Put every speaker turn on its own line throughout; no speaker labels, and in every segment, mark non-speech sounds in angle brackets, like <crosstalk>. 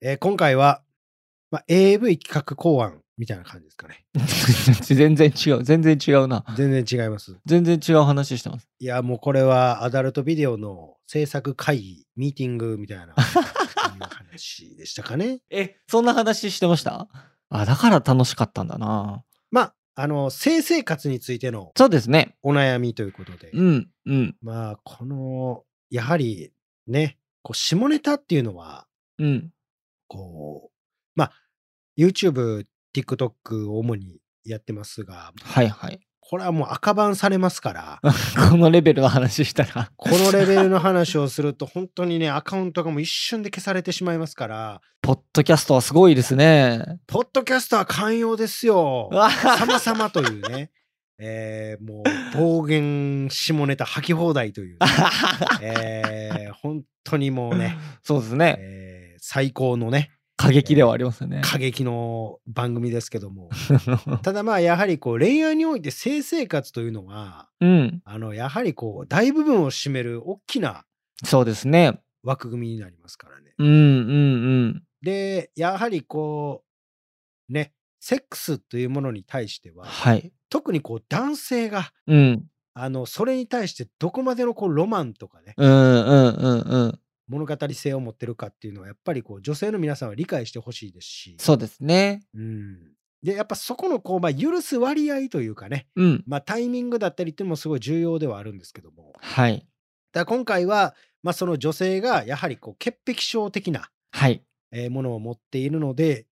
えー今回は、まあ、AV 企画考案みたいな感じですかね。
<laughs> 全然違う。全然違うな。
全然違います。
全然違う話してます。
いや、もうこれはアダルトビデオの制作会議、ミーティングみたいないう話でしたかね。 <laughs>
え、そんな話してましたあ、だから楽しかったんだな。
まあ、あの、性生活についての
そうですね。
お悩みということで、
うん、うん、
まあ、この、やはりね、こう下ネタっていうのは、
うん。
こう、まあ、YouTube、TikTok を主にやってますが、
はいはい。 <laughs>
これはもう赤版されますから、
このレベルの話したら。
このレベルの話をすると、本当にね、 <laughs> アカウントがもう一瞬で消されてしまいますから、
<laughs> ポッドキャストはすごいですね。
ポッドキャストは寛容ですよ。
わ
様々というね、 <laughs> えーもう暴言、下ネタ吐き放題という、
<laughs>
えー本当にもうね、
そうですね。
えー最高のね、
過激ではありますよね。
過激の番組ですけども、ただまあやはりこう恋愛において性生活というのは、
<laughs> うん、
あのやはりこう大部分を占める大きな
そうですね。
枠組みになりますからね。
うん、うん、
で、やはりこう、ね、セックスというものに対して
うん。
は、
はい。
特にこう男性が、
うん、
あの、それに対してどこまでのこうロマンとかね、
うん、うん、うん、うん。
物語性を持ってるかっていうのは、やっぱりこう女性の皆さんは理解してほしいですし、
そうですね。
うん。で、やっぱそこのこう、まあ、許す割合というかね、
うん。
まあ、タイミングだったりっていうのもすごい重要ではあるんですけども、
はい。
だから今回は、まあ、その女性がやはりこう潔癖症的な
はい。
えーものを持っているので、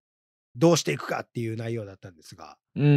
どうしていくかっていう内容だったんですが、
うん、う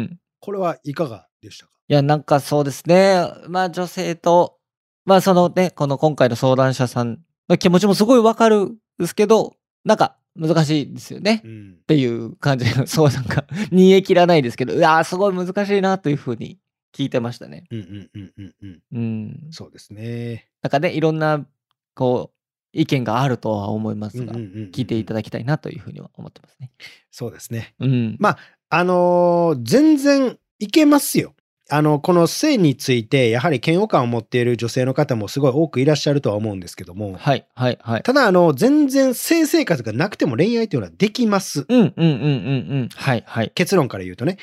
ん。
これはいかがでしたか
いや、なんかそうですね。まあ女性と、まあそのね、この今回の相談者さんの気持ちもすごいわかるんですけど、なんか難しいですよね。
う
っ
ん。
ていう感じ <laughs> が、そうなんか、煮え切らないですけど、うわーすごい難しいなというふうに聞いてましたね。
うんうんうんうんうん。
うん。
そうですね。
なんかね、いろんな、こう、意見があるとは思いますが、聞いていた
だ
だきたいなというふうには思ってますね。
そうですね。
うん。
まあのー全然いけますよ。あの、この性について、やはり嫌悪感を持っている女性の方もすごい多くいらっしゃるとは思うんですけども、
はい、はい、はい。
ただ、あの、全然性生活がなくても恋愛というのはできます。
うん、うん、うん、うん、うん。はい、はい。
結論から言うとね。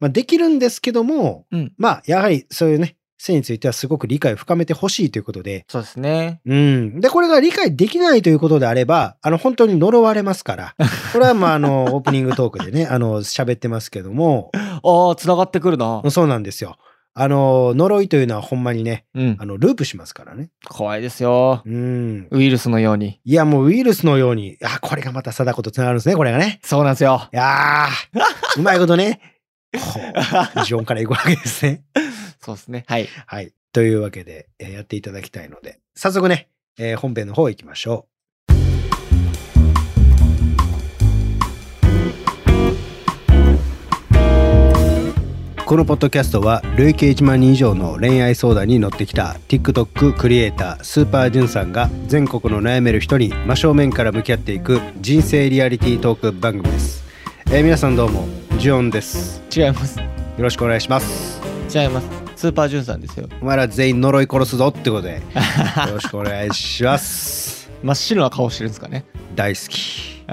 まあ、できるんですけども、
うん
まあ、やはりそういうね、性についてはすごく理解を深めてほしいということで、
そうですね。
うん。で、これが理解できないということであれば、あの、本当に呪われますから、これはまあ、あの、オープニングトークでね、あの、喋ってますけども、
ああ、つながってくるな。
そうなんですよ。あの、呪いというのはほんまにね、
うん
あ。の、ループしますからね。
怖いですよ。
うん。
ウイルスのように。
いや、もうウイルスのように、あ、これがまた貞子と繋がるんですね、これがね。
そうなんですよ。
いやー、うまいことね、こう、ジオンからいくわけですね。
そうですね。はい。
はい。というわけで、えーやっていただきたいので、早速ね、えー本編の方行きましょう。このポッドキャストは累計1万人以上の恋愛相談に乗ってきた TikTok クリエイタースーパージュンさんが全国の悩める人に真正面から向き合っていく人生リアリティートーク番組です、えー皆さんどうもジオンです
違います。
よろしくお願いします
違います。スーパージュンさんですよ。
お前ら全員呪い殺すぞってことでよろしくお願いします
真っ白な顔してるんですかね。
大好き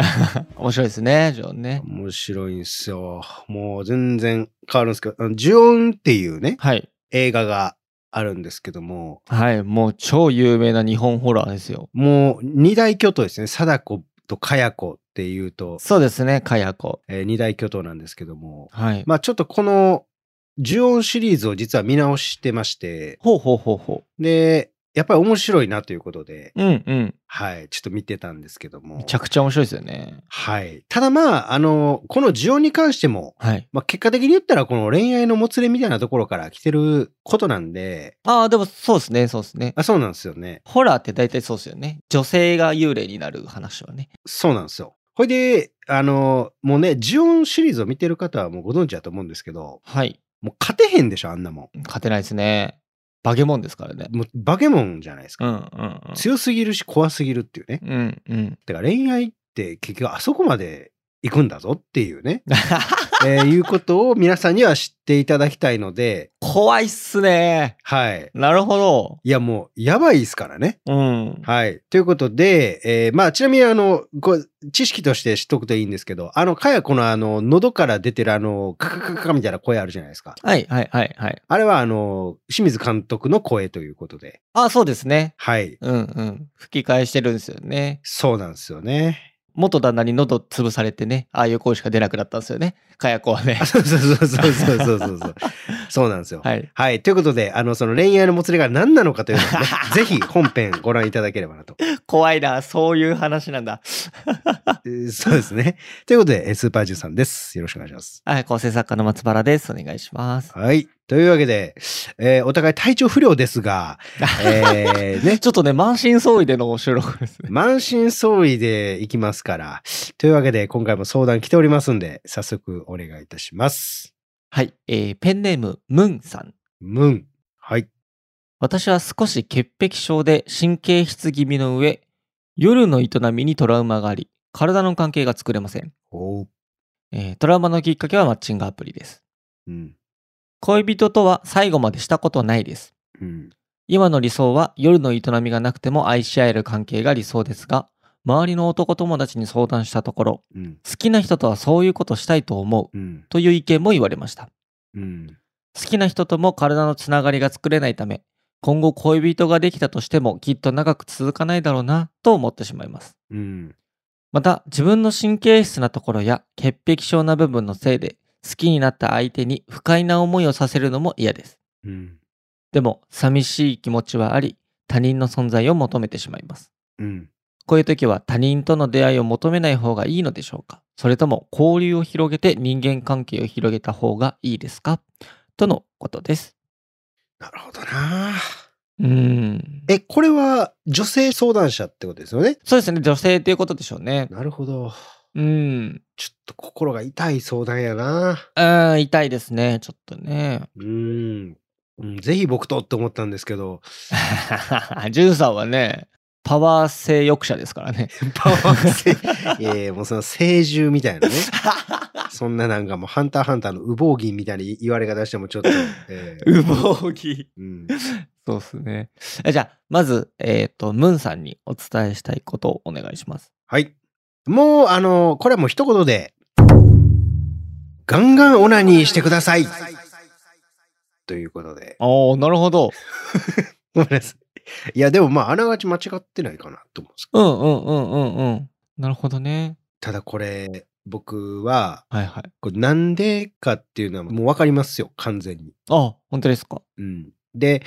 面白いですね、ジョンね。
面白いんすよもう全然変わるんですけどあのジュオンっていうね
はい。
映画があるんですけども
はい。もう超有名な日本ホラーですよ。
もう二大巨頭ですね貞子とかや子っていうと、
そうですね、かやこ。
えー二大巨頭なんですけども
はい。
まあちょっとこのジュオンシリーズを実は見直してまして
ほうほうほうほ
でやっぱり面白いなということで
う。うんうん。
はいちょっと見てたんですけども
めちゃくちゃ面白いですよね。
はい。ただまあ、あの、この需要に関しても、
はい。
まあ結果的に言ったらこの恋愛のもつれみたいなところから来てることなんで、
ああ、でもそうですね、そうですね。
あそうなんですよね。
ホラーって大体そうですよね。女性が幽霊になる話はね。
そうなんですよ。ほいで、あの、もうね、ジオンシリーズを見てる方はもうご存知だと思うんですけど、
はい。
もう勝てへんでしょ、あんなも
勝てないですね。バケモンですからね
ん。。もうバケモンじゃないです
う
か。
んうんうん。
強すぎるし怖すぎるっていうね。
うんうん。
てか恋愛って結局あそこまで行くんだぞっていうね、えーいうことを皆さんには知っていただきたいので、
<laughs> 怖いっすね。
はい。
なるほ
いや、もう、やばいですからね。
ど。うん。
はい。ということで、えーまあ、ちなみに、あの、こう知識として知っとくといいんですけど、あの、かやこの、あの、喉から出てる、あの、カカカカカみたいな声あるじゃないですか。
はいはいはいはい。
あれは、あの、清水監督の声ということで、
あ、そうですね。
はい。
うんうん。吹き返してるんですよね。
そうなんですよね。
元旦那に喉潰されてね、ああいう声しか出なくなったんですよね。かやこはね
あ。そうそうそうそうそうそうそう
<laughs>
そう。そうなんですよ。
はい。
はい。ということで、あの、その恋愛のもつれが何なのかというのを
<laughs>
ね、ぜひ本編ご覧いただければなと。
怖いな。そういう話なんだ。
えーそうですね。ということで、えースーパージュンさんです。よろしくお願いします。
はい。構成作家の松原です。お願いします。
はい。というわけで、えーお互い体調不良ですが、えーね、
ちょっとね、満身創痍での収録ですね。
満身創痍でいきますから。というわけで、今回も相談来ておりますんで、早速お願いいたします。
はい。えー、ペンネーム、ムンさん。
ムン。はい。
私は少し潔癖症で神経質気味の上、夜の営みにトラウマがあり、体の関係が作れません。
おう。
えートラウマのきっかけはマッチングアプリです。
うん。
恋人とは最後までしたことないです。
うん。
今の理想は夜の営みがなくても愛し合える関係が理想ですが、周りの男友達に相談したところ、
うん。
好きな人とはそういうことしたいと思う
うん。
という意見も言われました。
うん。
好きな人とも体のつながりが作れないため、今後恋人ができたとしてもきっと長く続かないだろうなと思ってしまいます。
うん。
また、自分の神経質なところや潔癖症な部分のせいで、好きになった相手に不快な思いをさせるのも嫌です。
うん。
でも、寂しい気持ちはあり、他人の存在を求めてしまいます。
うん。
こういう時は他人との出会いを求めない方がいいのでしょうかそれとも交流を広げて人間関係を広げた方がいいですかとのことです。
なるほどな
うーん。
え、これは女性相談者ってことですよね。
そうですね、女性ということでしょうね。
なるほど。
うん。
ちょっと心が痛い相談やな
うん、痛いですね、ちょっとね。 <laughs>
うん。うんぜひ僕とって思ったんですけど、
ジュンさんはね、パワー性抑者ですからね。
パワー性。 <laughs> えもうその聖獣みたいなね。そんななんかもうハンターハンターの羽毛銀みたいに言われ方してもちょっと、えー
<laughs> うぼうぎ。
うん、
そうですね。えじゃあ、まず、えっ、と、ムンさんにお伝えしたいことをお願いします。
はい。もう、あの、これはもう一言で、ガンガンオナニーしてくださいということで。
おー、なるほど。
ごめんなさい。いや、でもまあ、あながち間違ってないかなと思うんですけど。
うんうんうんうんうん。なるほどね。
ただこれ、僕は、
はいはい。
これなんでかっていうのはもうわかりますよ、完全に。
あ、本当ですか。
うん。で、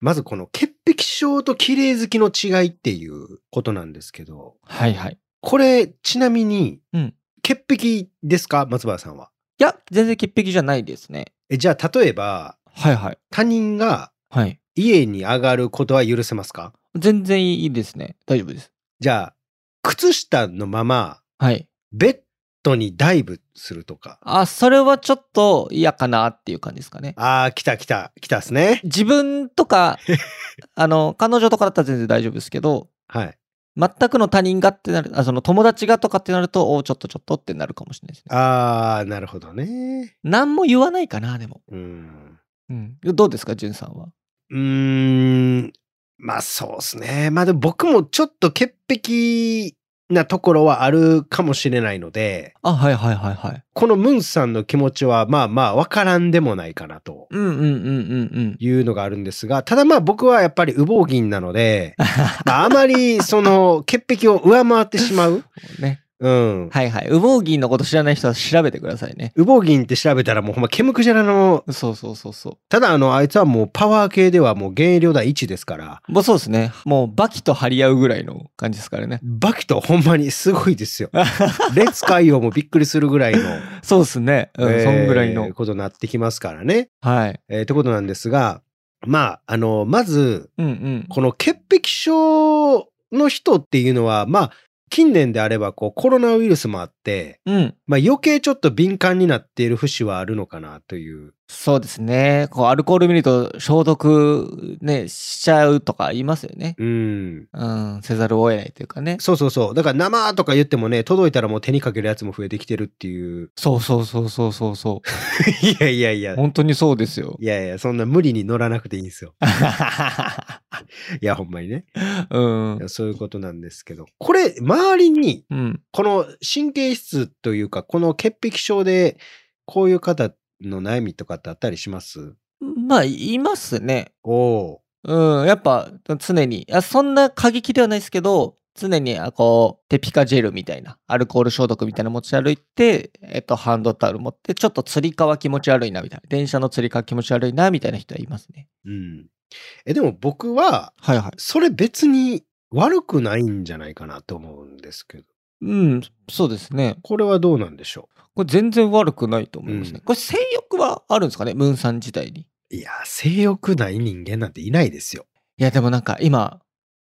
まずこの潔癖症と綺麗好きの違いっていうことなんですけど、
はいはい。
これ、ちなみに、
うん
潔癖ですか松原さんは。
いや、全然潔癖じゃないですね。
え、じゃあ、例えば、
はいはい。
他人が
はい。
家に上がることは許せますか
全然いいですね。大丈夫です。
じゃあ、靴下のまま、
はい。
ベッドにダイブするとか。
あ、それはちょっと嫌かなっていう感じですかね。
あー、来た来た、来たっすね。
自分と <laughs> か、あの、彼女とかだったら全然大丈夫ですけど、
はい。
全くの他人がってなる、あその友達がとかってなると、おーちょっとちょっとってなるかもしれないですね。
あー、なるほどね。
何も言わないかな、でも。
うん。
うん。どうですか、じゅんさんは。
うーん。まあそうですね。まあでも僕もちょっと潔癖なところはあるかもしれないので、
あ、はいはいはいはい。
このムンさんの気持ちはまあまあわからんでもないかなと
うんうんうんうんうん。
いうのがあるんですが、ただまあ僕はやっぱり羽毛銀なので、まああまりその潔癖を上回ってしまう。
ね。
うん。
はいはい。羽毛銀のこと知らない人は調べてくださいね。
羽毛銀って調べたらもうほんまケムクジャラの、
そうそうそうそ
ただあのあいつはもうパワー系ではもう現役量第1ですから、。
う。もうそうですね。もうバキと張り合うぐらいの感じですからね
バキとほんまにすごいです
<laughs>
よ。列海王もびっくりするぐらいの。
そうですね。うん、
えー
そんぐらいの。
ことになってきますからね。
はい。
えーってことなんですが、まあ、あの、まず、
うんうん。
この潔癖症の人っていうのは、まあ、近年であれば、こう、コロナウイルスもあって、
うん。
まあ、余計ちょっと敏感になっている節はあるのかなという
そうですね。こう、アルコール見ると消毒ね、しちゃうとか言いますよね。
うん。
うん、せざるを得ないというかね。
そうそうそう。だから生とか言ってもね、届いたらもう手にかけるやつも増えてきてるっていう。 <laughs>
そうそうそうそうそうそ
いやいやいや
う。。 <laughs> 本当にそうです <laughs> よ。
いやいや、そんな無理に乗らなくていいんですよ。いや、ほんまにね。
うん
い。やそういうことなんですけど。これ、周りに、
うん。
この神経質というか、この潔癖症で、こういう方の悩みとかってあったりします
まあ、いますね。
おお
うん。やっぱ、常に、あそんな過激ではないですけど、常に、あこう、テピカジェルみたいな、アルコール消毒みたいなの持ち歩いて、えっと、ハンドタオル持って、ちょっとつり革気持ち悪いな、みたいな。電車のつり革気持ち悪いな、みたいな人はいますね。
ー。うん。え、でも僕は、
はいはい。
それ別に悪くないんじゃないかなと思うんですけど。
うん、そうですね。
これはどうなんでしょ
これ全然悪くないと思います
う
ね。
ん
これ性欲はあるんですかねムーンさん自体に。
ういや、性欲ない人間なんていないですよ。
いやでもなんか今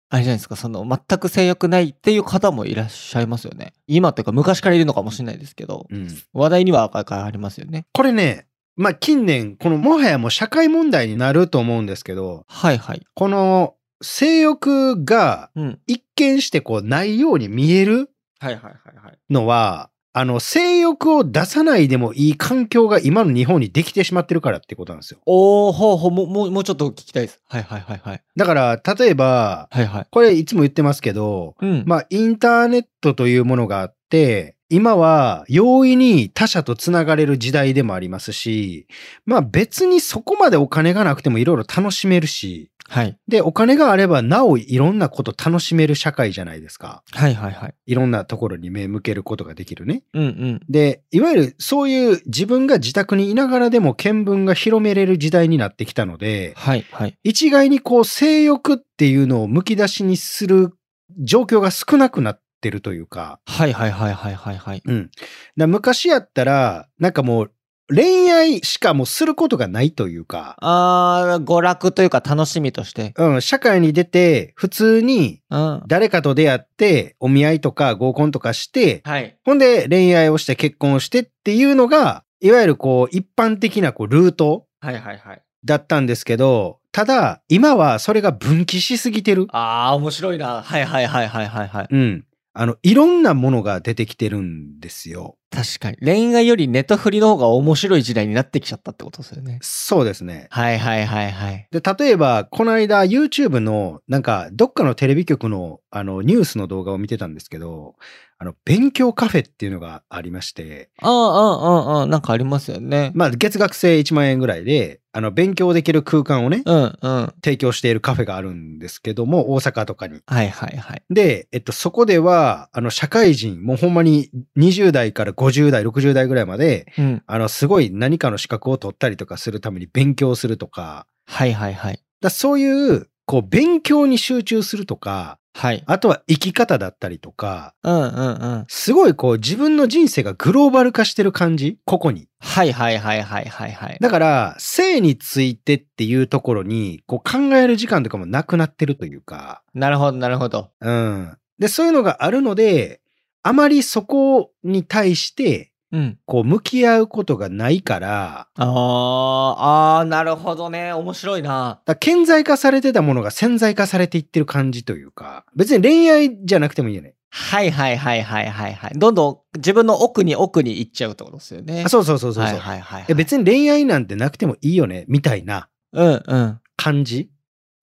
あれじゃないですかその全く性欲ないっていう方もいらっしゃいますよね。今っていうか昔からいるのかもしれないですけど、
うん。
話題には赤からありますよね。
これね、まあ近年、このもはやもう社会問題になると思うんですけど、
はいはい。
この性欲が
うん。
一見してこうないように見える
はいはいはいはい。
のは、あの、性欲を出さないでもいい環境が今の日本にできてしまってるからってことなんですよ。
おーほうほうもうもうもうちょっと聞きたいです。はいはいはいはい。
だから、例えば、
はいはい。
これいつも言ってますけど、
うん。
まあ、インターネットというものがあって、今は容易に他者とつながれる時代でもありますし、まあ別にそこまでお金がなくてもいろいろ楽しめるし、
はい。
で、お金があればなおいろんなこと楽しめる社会じゃないですか。
はいはいはい。
いろんなところに目向けることができるね。
うんうん。
で、いわゆるそういう自分が自宅にいながらでも見聞が広めれる時代になってきたので、
はいはい。
一概にこう性欲っていうのをむき出しにする状況が少なくなってるというか、
はいはいはいはいはいはい。
うん。だ昔やったら、なんかもう恋愛しかもうすることがないというか、
あー娯楽というか楽しみとして。
うん、社会に出て普通に
うん。
誰かと出会ってお見合いとか合コンとかして、
はい。
ほんで恋愛をして結婚をしてっていうのが、いわゆるこう一般的なこうルート
はいはいはい。
だったんですけど、ただ今はそれが分岐しすぎてる。
ああ、面白いな。はいはいはいはいはいはい。
うん。あの、いろんなものが出てきてるんですよ。
確かに。恋愛よりネタフリの方が面白い時代になってきちゃったってことですよね。
そうですね。
はいはいはいはい。
で、例えば、この間 YouTube の、なんか、どっかのテレビ局の、あの、ニュースの動画を見てたんですけど、あの、勉強カフェっていうのがありまして、
ああ、ああ、ああ、なんかありますよね。
まあ、月額制1万円ぐらいで、あの、勉強できる空間をね、
うんうん。はい
提供しているカフェがあるんですけども、大阪とかに。
はいはい。
で、えっと、そこでは、あの、社会人、もうほんまに20代から50代、60代ぐらいまで、
うん。
あの、すごい何かの資格を取ったりとかするために勉強するとか、
はいはいはい。
だそういう、こう、勉強に集中するとか、
はい。
あとは生き方だったりとか、
うんうんうん。
すごいこう、自分の人生がグローバル化してる感じここに。
はいはいはいはいはいはい。
だから、性についてっていうところに、こう、考える時間とかもなくなってるというか、
なるほどなるほど。
うん。で、そういうのがあるので、あまりそこに対して、
うん。
こう、向き合うことがないから、
ああ、ああ、なるほどね。面白いな。
だから顕在化されてたものが潜在化されていってる感じというか、別に恋愛じゃなくてもいいよね。
はいはいはいはいはいはい。どんどん自分の奥に奥に行っちゃうってことですよね。
あそうそうそうそうそう、
はいはいはい、はい
や別に恋愛なんてなくてもいいよね、みたいな
うんうん。
感じ。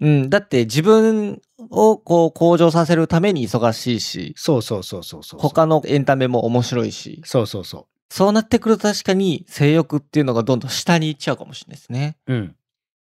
うん、だって自分をこう向上させるために忙しいし、
そうそうそうそうそう。
他のエンタメも面白いし、
そうそうそ
そうなってくると確かに性欲っていうのがどんどん下に行っちゃうかもしれないですね。
う。うん。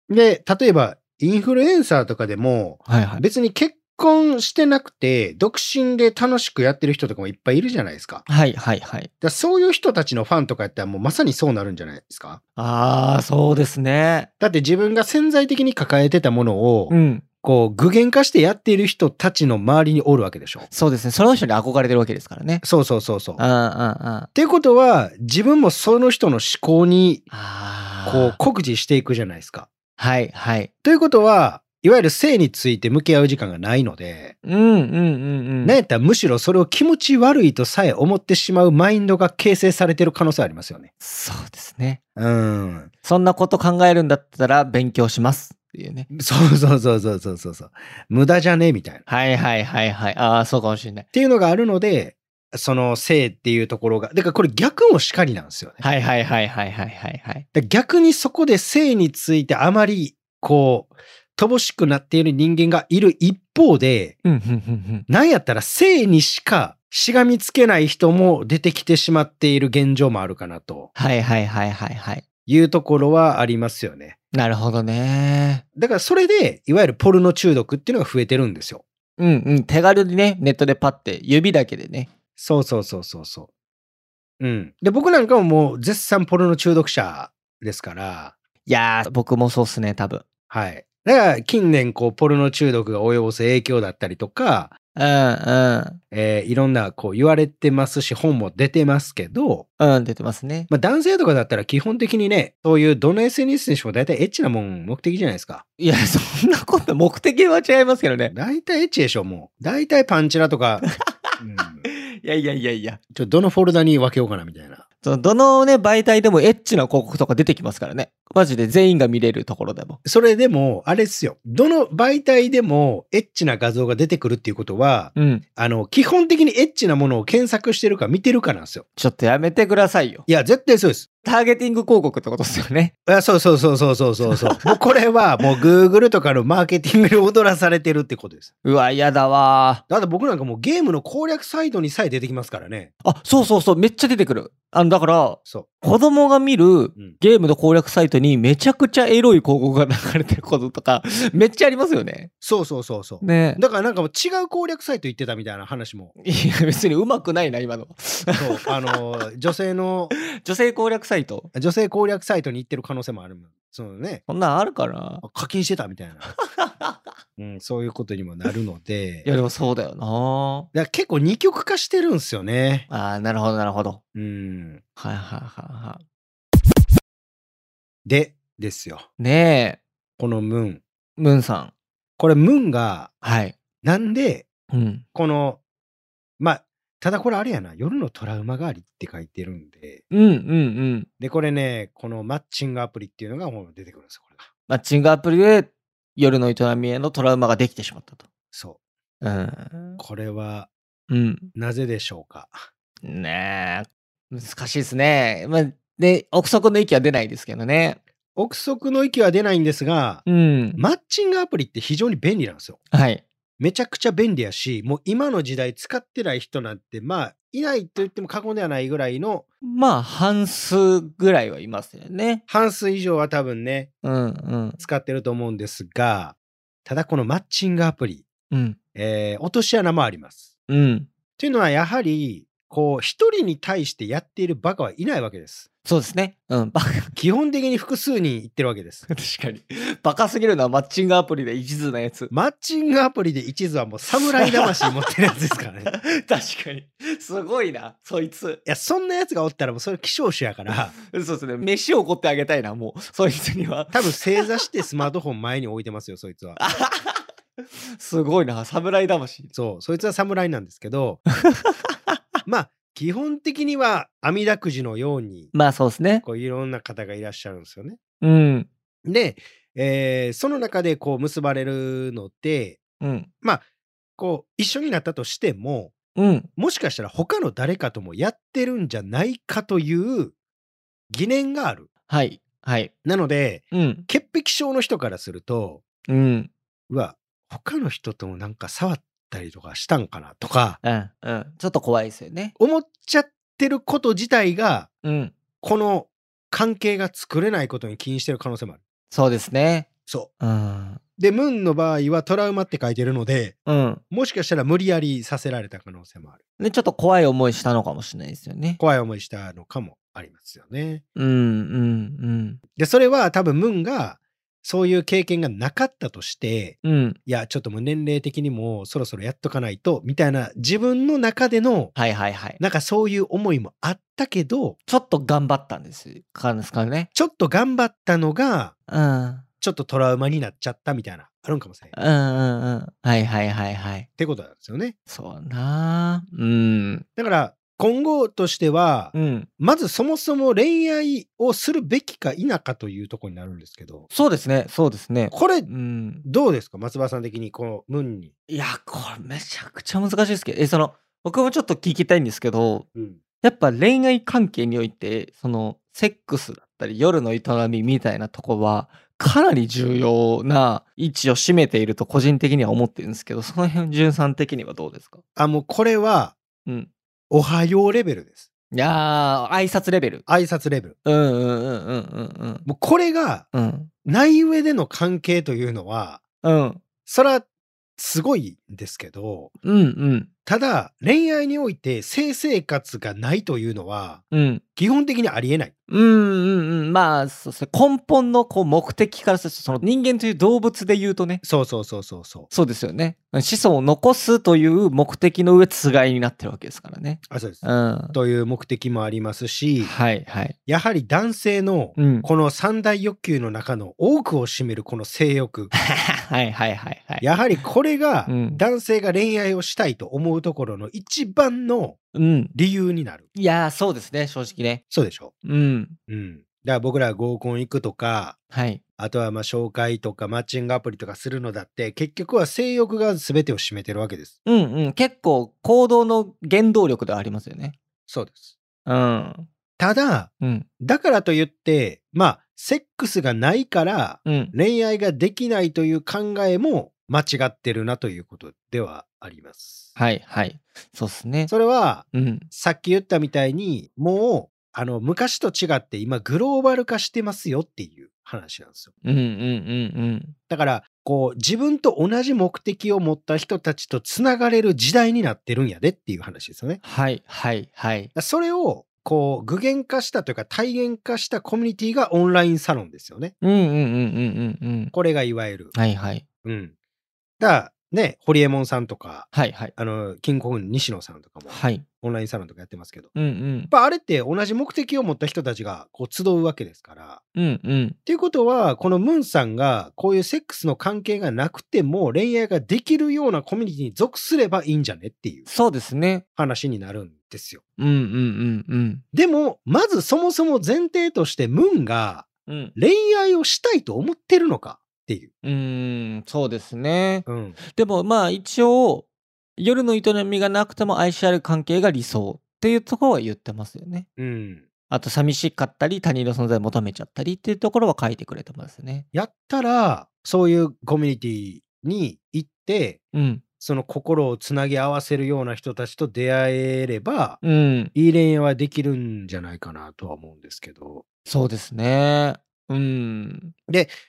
で、例えば、インフルエンサーとかでも、
はいは。
別に結婚してなくて、独身で楽しくやってる人とかもいっぱいいるじゃないですか。
はいはいはい。
だからそういう人たちのファンとかやったらもうまさにそうなるんじゃないですか
ああ、そうですね。
だって自分が潜在的に抱えてたものを、
うん。
こう具現化してやっている人たちの周りにおるわけでしょ
そうですね。その人に憧れてるわけですからね。
そうそうそうそう。っ
うんうんうん。あ
ていうことは自分もその人の思考に
あ。
こう。酷似していくじゃないですか。
はいはい。
ということはいわゆる性について向き合う時間がないので、
うんうんうんうん。
なんやったらむしろそれを気持ち悪いとさえ思ってしまうマインドが形成されてる可能性ありますよね。
そうですね。
うん。
そんなこと考えるんだったら勉強しますっていうね。
そうそうそうそうそうそうそう。無駄じゃねみたいな。っ
はいはいはいはい。ああ、そうかもしれない。
ていうのがあるので、その性っていうところが、だからこれ逆もしかりなんですよね。
はいはいはいはいはいはいはい。
だから逆にそこで性についてあまりこう、乏しくなっている人間がいる一方で、
うんうんうん
なんやったら性にしかしがみつけない人も出てきてしまっている現状もあるかなと
はいはいはいはいはい。
いうところはありますよね。
なるほどね。
だからそれで、いわゆるポルノ中毒っていうのが増えてるんですよ。
うんうん。手軽にね、ネットでパって指だけでね。
そうそうそうそうそう。うん。で、僕なんかももう絶賛ポルノ中毒者ですから、
いやー、僕もそうっすね、多分。
はい。だから近年こう、ポルノ中毒が及ぼす影響だったりとか、
うんうん。
えーいろんなこう言われてますし本も出てますけど、
うん、出てますね。
まあ、男性とかだったら基本的にねそういうどの SNS にしても大体エッチなもん目的じゃないですか
いや、そんなこと、目的は違いますけどね。
大体エッチでしょもう大体パンチラとか、うん、
いやいやいやい
ちょ
や。
っとどのフォルダに分けようかなみたいな
そのどのね、媒体でもエッチな広告とか出てきますからね。マジで全員が見れるところでも。
それでもあれっすよどの媒体でもエッチな画像が出てくるっていうことは
うん。
あの基本的にエッチなものを検索してるか見てるかなんですよ
ちょっとやめてくださいよ。
いや絶対そうです
ターゲティング広告ってことですよね。
あそうそうそうそうそうそうそう。もうこれはもう Google とかのマーケティングに踊らされてるってことです。
うわ、嫌だわ
だって僕なんかもうゲームの攻略サイトにさえ出てきますからね。
ー。あ、そうそうそう、めっちゃ出てくる。あの、だから、
そ
子供が見る
う。うん、
ゲームの攻略サイトにめちゃくちゃエロい広告が流れてること
<laughs>
とか、めっちゃありますよね。
そうそうそうそう。
ね
だからなんかもう違う攻略サイト言ってたみたいな話も。
<laughs> いや、別にうまくないな、今の。
そう。あのー、女性の、
女性攻略サイト。
女性攻略サイトに行ってる可能性もあるもん。そのね。
こんなんあるかな
あ課金してたみたいな、うん、そういうことにもなるので
いや、でもそうだよな
だから結構二極化してるんですよね。
あーなるほど、なるほど。
うん、
はいはいはいは
でですよ
い。ねえ、
このムーン
ムンさん。
これムーンが
はい。
なんで、
うん。
この、まあ、ただこれあれやな、夜のトラウマがありって書いてるんで、
うんうんうん。
で、これね、このマッチングアプリっていうのがもう出てくるんですよ、これが。
マッチングアプリで夜の営みへのトラウマができてしまったと。
そ
うん
う。。これは、
うん。
なぜでしょうか。
ねえ、難しいですね。まあ、で、憶測の域は出ないですけどね。
憶測の域は出ないんですが、
うん。
マッチングアプリって非常に便利なんですよ。
はい。
めちゃくちゃ便利やし、もう今の時代使ってない人なんて、まあ、いないと言っても過言ではないぐらいの
まあ、半数ぐらいはいますよね。
半数以上は多分ね、
うんうん。
使ってると思うんですが、ただこのマッチングアプリ、
うん。
えー落とし穴もあります。
うん。
というのはやはりこう一人に対してやっているバカはいないわけです。
そうですね。うん。バカ、 <laughs>
基本的に複数人行ってるわけです。
確かに。バカすぎるのはマッチングアプリで一途なやつ。 <laughs>
マッチングアプリで一途はもう侍魂持ってるやつですからね。い
確かに。すごいな、そいつ。
やそんなやつがおったらもうそれ希少種やから
そうですね。飯をおごってあげたいな、もう、そいつには。
多分正座してスマートフォン前に置いてますよそいつは。
すごいな、侍魂。
そうそいつは侍なんですけどまあ基本的には阿弥陀くじのように
まあ、そうですね。
こういろんな方がいらっしゃるんですよね。
うん。
で、えーその中でこう結ばれるので
うん。
こう一緒になったとしても
うん。
もしかしたら他の誰かともやってるんじゃないかという疑念がある。
はい。はい。
なので
うん。
潔癖症の人からすると
うん。
うわ他の人ともなんか触ったりとかしたんかなとか
うん。うん。ちょっと怖いですよね。
思っちゃってること自体が
うん。
この関係が作れないことに起因してる可能性もある。
そうですね。
そ
うん。
う。でムーンの場合はトラウマって書いてるので
うん。
もしかしたら無理やりさせられた可能性もある。
で、ちょっと怖い思いしたのかもしれないですよね。
怖い思いしたのかもありますよね。
うん。うん。
で、それは多分ムンがそういう経験がなかったとして、
うん。うん。
いや、ちょっともう年齢的にもそろそろやっとかないと、みたいな自分の中での、
はいはいはい。
なんかそういう思いもあったけど、
ちょっと頑張ったんです。かんですかね。
ちょっと頑張ったのが、
うん。
ちちょっとトラウマになっちゃったみたいな、あるんかもしれん。っ
うんうんうん。はいはいはいはい。
てことなんですよね。
そうなあうん。
だから、今後としては、
うん。
まずそもそも恋愛をするべきか否かというところになるんですけど、
そうですね。そうですね。
これ
う、ん。
どうですか松葉さん的に、このムンに。
いや、これめちゃくちゃ難しいですけど、え、その、僕もちょっと聞きたいんですけど、
うん。
やっぱ恋愛関係において、その、セックスだったり、夜の営みみたいなとこは、かなり重要な位置を占めていると個人的には思ってるんですけど、その辺、潤さん的にはどうですか
あ、もうこれは、
うん。
おはようレベルです。
いやー、挨拶レベル。
挨拶レベル。
うんうんうんうんうん
もうこれが、
うん。うん。
ない上での関係というのは、
うん。
それはすごいんですけど、
うんうん。
ただ、恋愛において性生活がないというのは、
うん。
基本的にありえない。
うんうんうん。まあ、そうですね。根本のこう目的からすると、その人間という動物で言うとね、
そうそうそうそうそう。
そうですよね。子孫を残すという目的の上、つがいになってるわけですからね。
あ、そうです
う。ん。
という目的もありますし、
はいはい。
やはり男性の
うん。
この三大欲求の中の多くを占めるこの性欲。
はいはいはいはい。
やはりこれが
うん
男性が恋愛をしたいと思うところの一番の
うん。
理由になる。
いやー、そうですね、正直ね。
そうでしょ
うん。
うん。だから僕ら合コン行くとか、
はい。
あとはまあ紹介とかマッチングアプリとかするのだって結局は性欲が全てを占めてるわけです。
うんうん。結構、行動の原動力ではありますよね。
そうです。
うん。
ただ、
うん。
だからといって、まあ、セックスがないから
うん。
恋愛ができないという考えも間違ってるなということではあります。
はいはい。そうですね。
それは、
うん。
さっき言ったみたいに、もう、あの、昔と違って今グローバル化してますよっていう話なんですよ。
うんうんうん
だから、こう、自分と同じ目的を持った人たちと繋がれる時代になってるんやでっていう話ですよね。だか
はいはいはい。
らそれを、こう、具現化したというか体現化したコミュニティがオンラインサロンですよね。
うんうんうんうんうんうん。
これがいわゆる。
はいはい。
うん。だから、ね、ホリエモンさんとか、
はいはい。
あの、キングコング西野さんとかも、
はい。
オンラインサロンとかやってますけど、やっ
うんうん。
ぱあれって同じ目的を持った人たちがこう集うわけですから、
うんうん。
っていうことは、このムンさんがこういうセックスの関係がなくても恋愛ができるようなコミュニティに属すればいいんじゃねっていう
そうですね。
話になるんですよ。
うんうんうん
でも、まずそもそも前提としてムンが
うん。うん。
恋愛をしたいと思ってるのかっていう。
うーん、そうですね。
うん。
でもまあ一応、夜の営みがなくても愛し合える関係が理想っていうところは言ってますよね。
うん。
あと寂しかったり他人の存在を求めちゃったりっていうところは書いてくれてますね。
やったら、そういうコミュニティに行って、
うん。
その心をつなぎ合わせるような人たちと出会えれば、
うん。
いい恋愛はできるんじゃないかなとは思うんですけど。
そうですね。うん。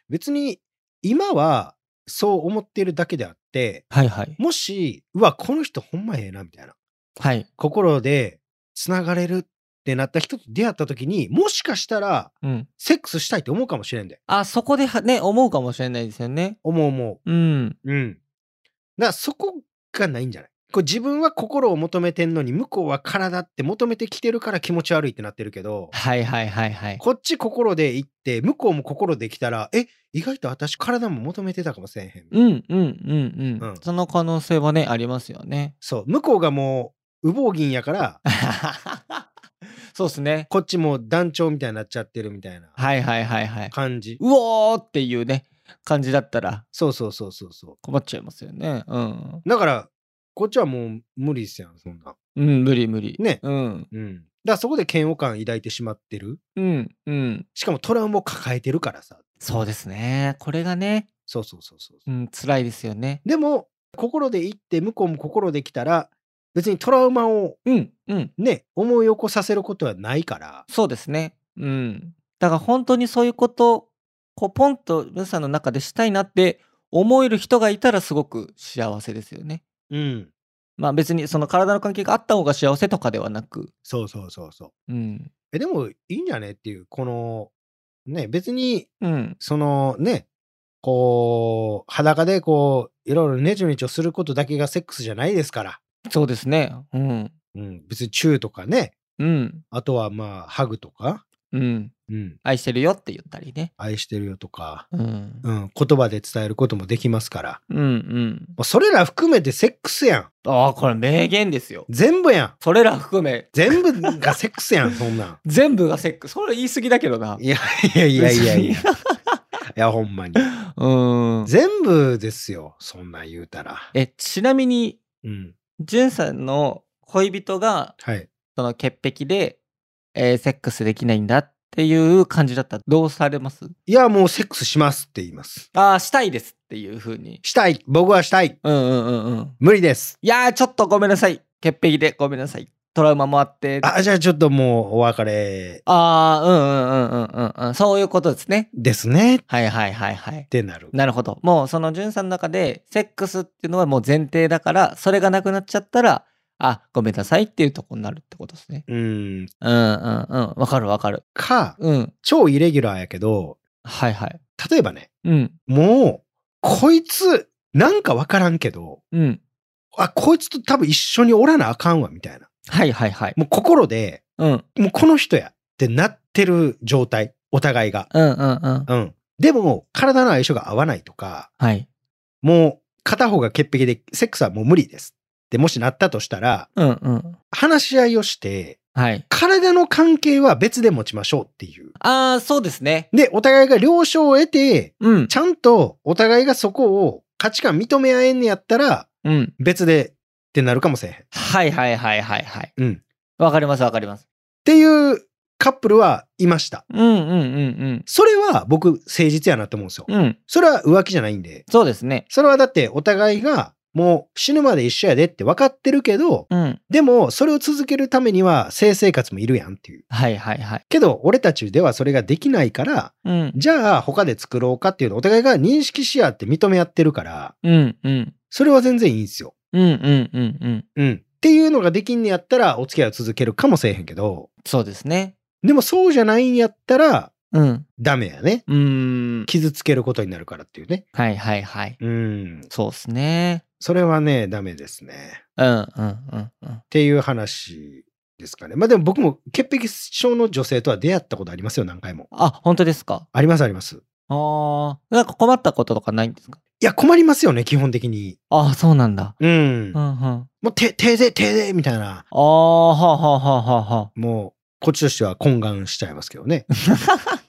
別に今はそう思ってるだけであって
はいはい。
もしうわこの人ほんまええなみたいな
はい。
心でつながれるってなった人と出会った時にもしかしたら
うん。
セックスしたいと思うかもしれんで
あ、そこではね、思うかもしれないですよね。
思う思
うん。
ううんだからそこがないんじゃないこれ自分は心を求めてんのに向こうは体って求めてきてるから気持ち悪いってなってるけど
はいはいはいはい。
こっち心で行って向こうも心で来たらえ意外と私体も求めてたかもしれへんみたいな
うんうんうんう
うん。
ん。その可能性はね、ありますよね <laughs>
そう、向こうがもう、羽毛銀やから、
そうですね。
こっちも団長みたいになっちゃってるみたいな
はいはいはいはい。
感じ。
うおーっていうね、感じだったら
そうそうそうそうそ
困っちゃいますよね。うん。
う。だから、こっちはもう無理ですやん、そんな。
うん、無理無理。
ね
うん。
うん。だからそこで嫌悪感抱いてしまってる。
うん。うん。
しかもトラウマを抱えてるからさ。
そうですね。これがね、
そうそうそうそう。
うん、辛いですよね。
でも、心で行って、向こうも心で来たら、別にトラウマを
うん。うん。
ね、思い起こさせることはないから。
そうですね。うん。だから本当にそういうこと、こう、ポンと皆さんの中でしたいなって思える人がいたらすごく幸せですよね。
うん。
まあ別にその体の関係があった方が幸せとかではなく。
そうそうそうそう。
うん。
え、でも、いいんじゃねっていう、この、ね、別に
うん。
そのね、こう、裸でこう、いろいろネチョネチョすることだけがセックスじゃないですから。
そうですね。うん。
うん、別にチューとかね、
うん。
あとはまあ、ハグとか、
うん。
うん、
愛してるよって言ったりね。
愛してるよとか、
うん。
うん、言葉で伝えることもできますから
うんうん。
もうそれら含めてセックスやん
ああ、これ名言ですよ。
全部やん
それら含め、
全部がセックス <laughs> やんそんなん
全部がセックス。それ言い過ぎだけどな。
いやいやいやいや <laughs> いやいやほんまに
うん。
全部ですよそんなん言うたら
え、ちなみに、
うん
じゅんさんの恋人が、
はい
その潔癖で、えーセックスできないんだっていう感じだったら、どうされます
いやもうセックスしますって言います
ああ、したいですっていうふうに。
したい僕はしたい
うんうんうんうん。
無理です
いやー、ちょっとごめんなさい。潔癖でごめんなさい。トラウマもあって。
あじゃあちょっともうお別れ
ああ、うんうんうんうんうんうん。そういうことですね。
ですねっ
はいはいはいはい。
てなる
なるほど。もうそのんさんの中で、セックスっていうのはもう前提だから、それがなくなっちゃったら、あ、ごめんなさいっていうとこになるってことですね。
うん
うんうんうん。わかるわかる。
か
うん。
超イレギュラーやけど
はいはい。
例えばね
うん。
もうこいつなんかわからんけど
うん。
あこいつと多分一緒におらなあかんわみたいな
はいはいはい。
もう心で
うん。うん
もうこの人やってなってる状態お互いが
うんうん。
うんでも体の相性が合わないとか
はい。
もう片方が潔癖でセックスはもう無理ですってもしなったとしたら
うんうん。
話し合いをして
はい。
体の関係は別で持ちましょうっていう
ああ、そうですね。
でお互いが了承を得て
うん。
ちゃんとお互いがそこを価値観認め合えんねやったら
うん。
別でってなるかもせえへんっ
はいはいはいはいはい。
うん。
わかりますわかります。
ていうカップルはいました
うんうんうん
それは僕誠実やなと思うんですよ
うん。うん。
それは浮気じゃないんで
そうですね。
それはだってお互いがもう死ぬまで一緒やでって分かってるけど
うん。
でもそれを続けるためには性生活もいるやんっていう
はいはいはい。
けど俺たちではそれができないから
うん。
じゃあ他で作ろうかっていうのをお互いが認識し合って認め合ってるから
うんうん。
それは全然いいんですよ
うんうんうんうん。
うん。っていうのができんねやったらお付き合いを続けるかもせえへんけど、
そうですね。
でもそうじゃないんやったら
うん。
ダメやね。
うーん。
傷つけることになるからっていうね。
はいはいはい。
うん。
そうですね。
それはね、ダメですね。っ
うんうんうんうん。
ていう話ですかね。まあでも僕も潔癖症の女性とは出会ったことありますよ、何回も。
あ、本当ですか。
ありますあります。
ああ。なんか困ったこととかないんですか
いや、困りますよね、基本的に。
ああ、そうなんだ。
うん
うん。うん。あ
もう、て、手で、手で、みたいな。
あ、はあはあはあは
もう、こっちとしては懇願しちゃいますけどね。
あ。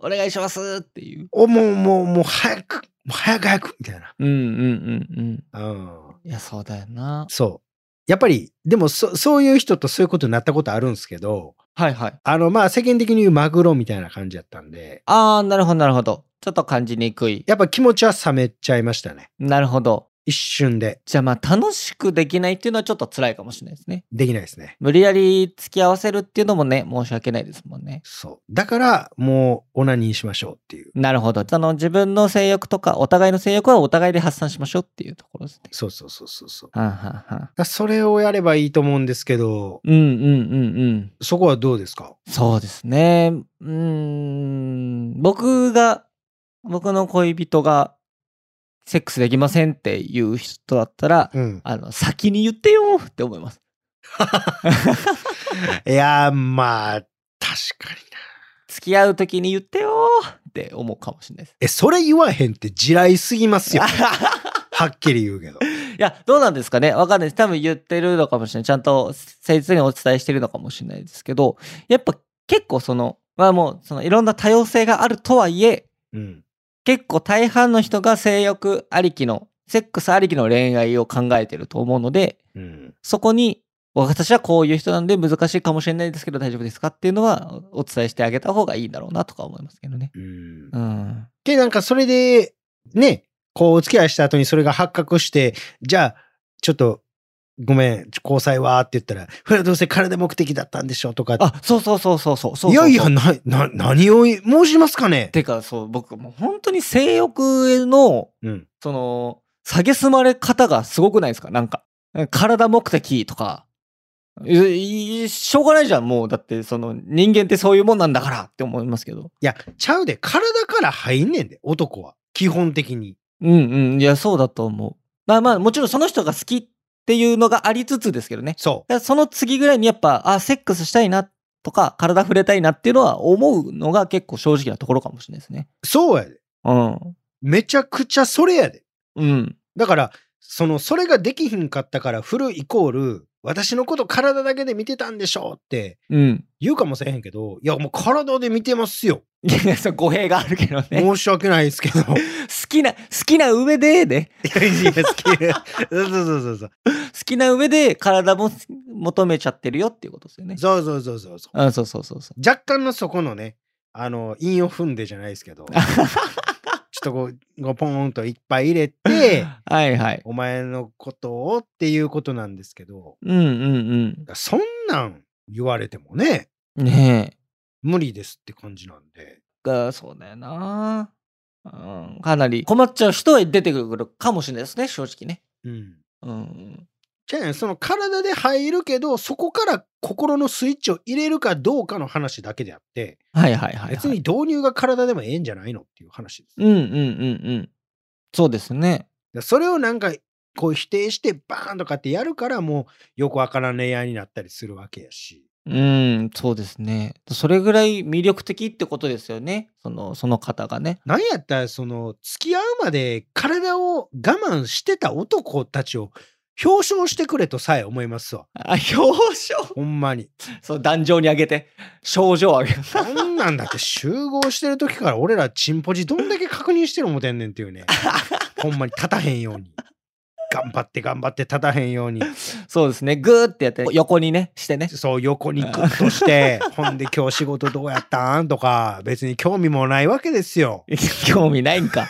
お願いしますっていう。
お、もう、もう、もう、早く、もう早く早く、みたいな。
うんうんうんうん。
うん。
いや、そうだよな。
そう。やっぱり、でもそ、そういう人とそういうことになったことあるんですけど、
はいはい。
あの、まあ、世間的に言うマグロみたいな感じやったんで、
ああ、なるほど、なるほど。ちょっと感じにくい。
やっぱ気持ちは冷めちゃいましたね。
なるほど。
一瞬で。
じゃあまあ楽しくできないっていうのはちょっと辛いかもしれないですね。
できないですね。
無理やり付き合わせるっていうのもね、申し訳ないですもんね。
そう。だから、もう、オナニーしましょうっていう。
なるほど。その自分の性欲とか、お互いの性欲はお互いで発散しましょうっていうところですね。
そうそうそうそうそう。だか
はんはんはん。
らそれをやればいいと思うんですけど、
うんうんうんうん。
そこはどうですか
そうですね。うーん。僕が、僕の恋人が、セックスできませんっていう人だったら、
うん。
あの、先に言ってよって思います。
いやー、まあ、確かにな。
付き合う時に言ってよって思うかもしれないです。
え、それ言わへんって地雷すぎますよ。はっきり言うけど。
いや、どうなんですかねわかんないです。多分言ってるのかもしれない。ちゃんと誠実にお伝えしてるのかもしれないですけど、やっぱ結構その、まあもう、そのいろんな多様性があるとはいえ、
うん。
結構大半の人が性欲ありきの、セックスありきの恋愛を考えてると思うので、
うん。
そこに、私はこういう人なんで難しいかもしれないですけど大丈夫ですかっていうのはお伝えしてあげた方がいいんだろうなとか思いますけどね。
うん
うん。
で、なんかそれで、ね、こう、お付き合いした後にそれが発覚して、じゃあ、ちょっと、ごめん、ちょ交際はって言ったら、ほら、どうせ体目的だったんでしょとか。
あ、そうそうそうそうそうそうそうそう。
いやいや、な、な、何を申しますかね
てかそう僕もう本当に性欲の
うん。
その蔑まれ方がすごくないですかなんか体目的とかいいしょうがないじゃんもうだってその人間ってそういうもんなんだからって思いますけど
いや、ちゃうで、体から入んねんで、男は。基本的に。
うんうんいやそうだと思うまあまあもちろんその人が好きっていうのがありつつですけどね
そ
だからその次ぐらいにやっぱあセックスしたいなっとか、体触れたいなっていうのは思うのが結構正直なところかもしれないですね。
そうやで。
うん。
めちゃくちゃそれやで。
うん。
だから、その、それができひんかったから、フルイコール、私のこと体だけで見てたんでしょうって
うん。
言うかもしれへんけど、いや、もう体で見てますよ。
いやいや、そう語弊があるけどね。
申
好
し訳ないですけ <laughs> ど。い
きな、好きな上でね、
やいや、好き。 <laughs> そうそうそうそう。
好きな上で体も求めちゃってるよっていうことですよね。
そうそうそうそうそう。
うん、そうそうそうそう。
若干のそこのね、あの、韻を踏んでじゃないです <laughs> けど、ちょっとこう、こうポーンといっぱい入れ <laughs> て、
はいはい。
お前のことをっていうことなんですけど、
うんうん
そんなん言われてもね、
うん。ねえ。
無理ですって感じなんで。
がそうだよな。うん、かなり困っちゃう人は出てくるかもしれないですね、正直ね。
うん。
うん。
じゃあね、その体で入るけど、そこから心のスイッチを入れるかどうかの話だけであって、
はいはいはい、はい。
別に。導入が体でもええんじゃないのっていう話です。
うんうんうんうん。そうですね。
でそれをなんか、こう否定してバーンとかってやるから、もうよくわからん恋愛になったりするわけやし。
うん、そうですね。それぐらい魅力的ってことですよね。その、その方がね。
なんやったら、その、付き合うまで体を我慢してた男たちを表彰してくれとさえ思いますわ。
あ、表彰
ほんまに。
そう、壇上に上げて、症状を上げる。
そんなんだって集合してる時から俺らチンポジどんだけ確認してる思てんねんっていうね。ほんまに立たへんように。頑張って頑張って立たへんように。
そうですね。グーってやって、横にね、してね。 <laughs>
そう横にグッとして、ほんで今日仕事どうやったんとか、別に興味もないわけですよ。
興味ないんか。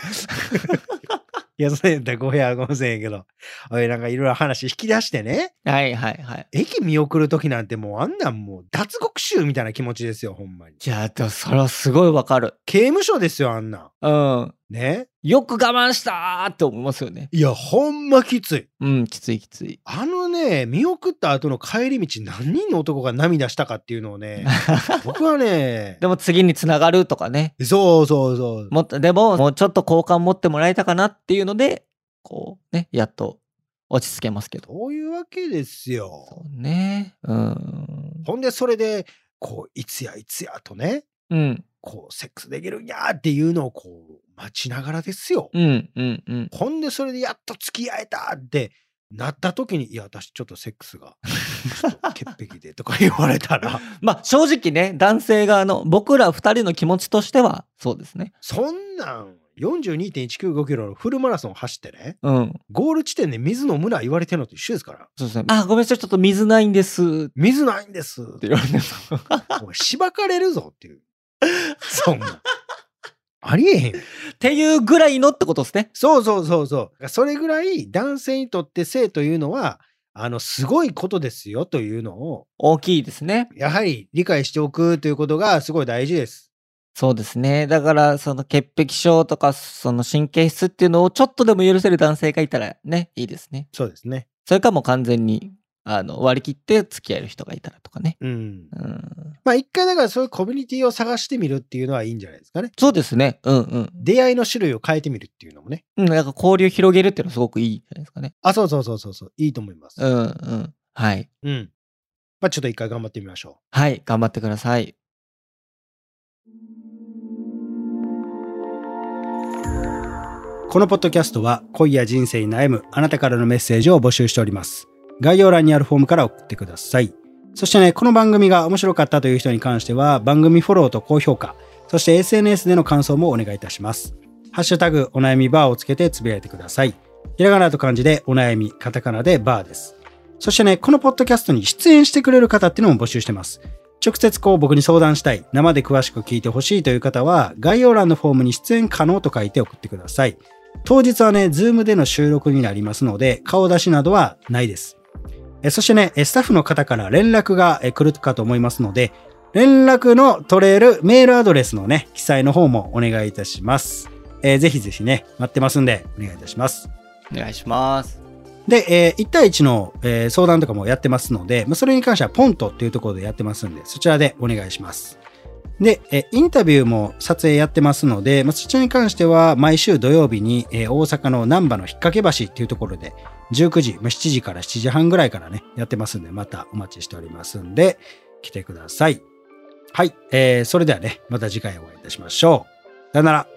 いや、そうやったらご部屋ごめんせんやけど。おい、なんかいろいろ話引き出してね。
はいはいはい。
駅見送る時なんてもうあんなんもう脱獄囚みたいな気持ちですよ、ほんまに。
いや、でもそれはすごいわかる。
刑務所ですよ、あんなん。
うん。
ね。
よく我慢したーって思いますよね。
いや、ほんまきつい。
うん、きついきつい。
あのね、見送った後の帰り道、何人の男が涙したかっていうのをね、僕は
<laughs>
ね、
でも次につながるとかね。
そうそうそう。
もっと、でも、もうちょっと好感持ってもらえたかなっていうので、こうね、やっと落ち着けますけど。
そういうわけですよ。
そうね。うん。
ほんで、それで、こう、いつやいつやとね、
うん。
こう、セックスできるんやっていうのを、こう、待ちながらですよ。
うん。うん。うん。
ほんで、それでやっと付き合えたってなった時に、いや、私ちょっとセックスが、ちょっと潔癖でとか言われたら、
まあ、正直ね、男性側の、僕ら二人の気持ちとしては、そうですね。
そんなん、42.195キロのフルマラソン走ってね、
うん。
ゴール地点で水飲むな言われてるのと一緒ですから。
そうですね。あ、ごめんなさい、ちょっと水ないんですって
水ないんです。
言われてる
お前しばかれるぞっていう。そんな。ありえへん。
っていうぐらいのってことですね。
そうそうそうそう。それぐらい男性にとって性というのは、あの、すごいことですよというのを、
大きいですね。
やはり理解しておくということがすごい大事です。
そうですね。だから、その潔癖症とか、その神経質っていうのをちょっとでも許せる男性がいたらね、いいですね。
そうですね。
それかもう完全に、あの、割り切って付き合える人がいたらとかね。
うん。
うん。
まあ一回だからそういうコミュニティを探してみるっていうのはいいんじゃないですかね。
そうですね。うんうん。
出会いの種類を変えてみるっていうのもね。
うん、なんか交流広げるっていうのはすごくいいんじゃないですかね。
あ、そうそうそうそうそう。いいと思います。
うんうん。はい。
うん。まあちょっと一回頑張ってみましょう。
はい。頑張ってください。
このポッドキャストは恋や人生に悩むあなたからのメッセージを募集しております。概要欄にあるフォームから送ってください。そしてね、この番組が面白かったという人に関しては番組フォローと高評価、そして SNS での感想もお願いいたします。ハッシュタグお悩みバーをつけてつぶやいてください。ひらがなと漢字でお悩み、カタカナでバーです。そしてね、このポッドキャストに出演してくれる方っていうのも募集してます。直接こう僕に相談したい、生で詳しく聞いてほしいという方は概要欄のフォームに出演可能と書いて送ってください。当日はね、ズームでの収録になりますので、顔出しなどはないです。えそしてね、えスタッフの方から連絡がえ来るかと思いますので、連絡の取れるメールアドレスのね、記載の方もお願いいたします。えーぜひぜひね、待ってますんで、お願いいたします。
お願いします。
で、えー1対1の、えー相談とかもやってますので、まあ、それに関してはポントっていうところでやってますんで、そちらでお願いします。で、えーインタビューも撮影やってますので、まあ、そちらに関しては毎週土曜日に、えー大阪の難波の引っ掛け橋っていうところで、19時、まあ、7時から7時半ぐらいからね、やってますんで、またお待ちしておりますんで、来てください。はい、えーそれではねまた次回お会いいたしましょうさよなら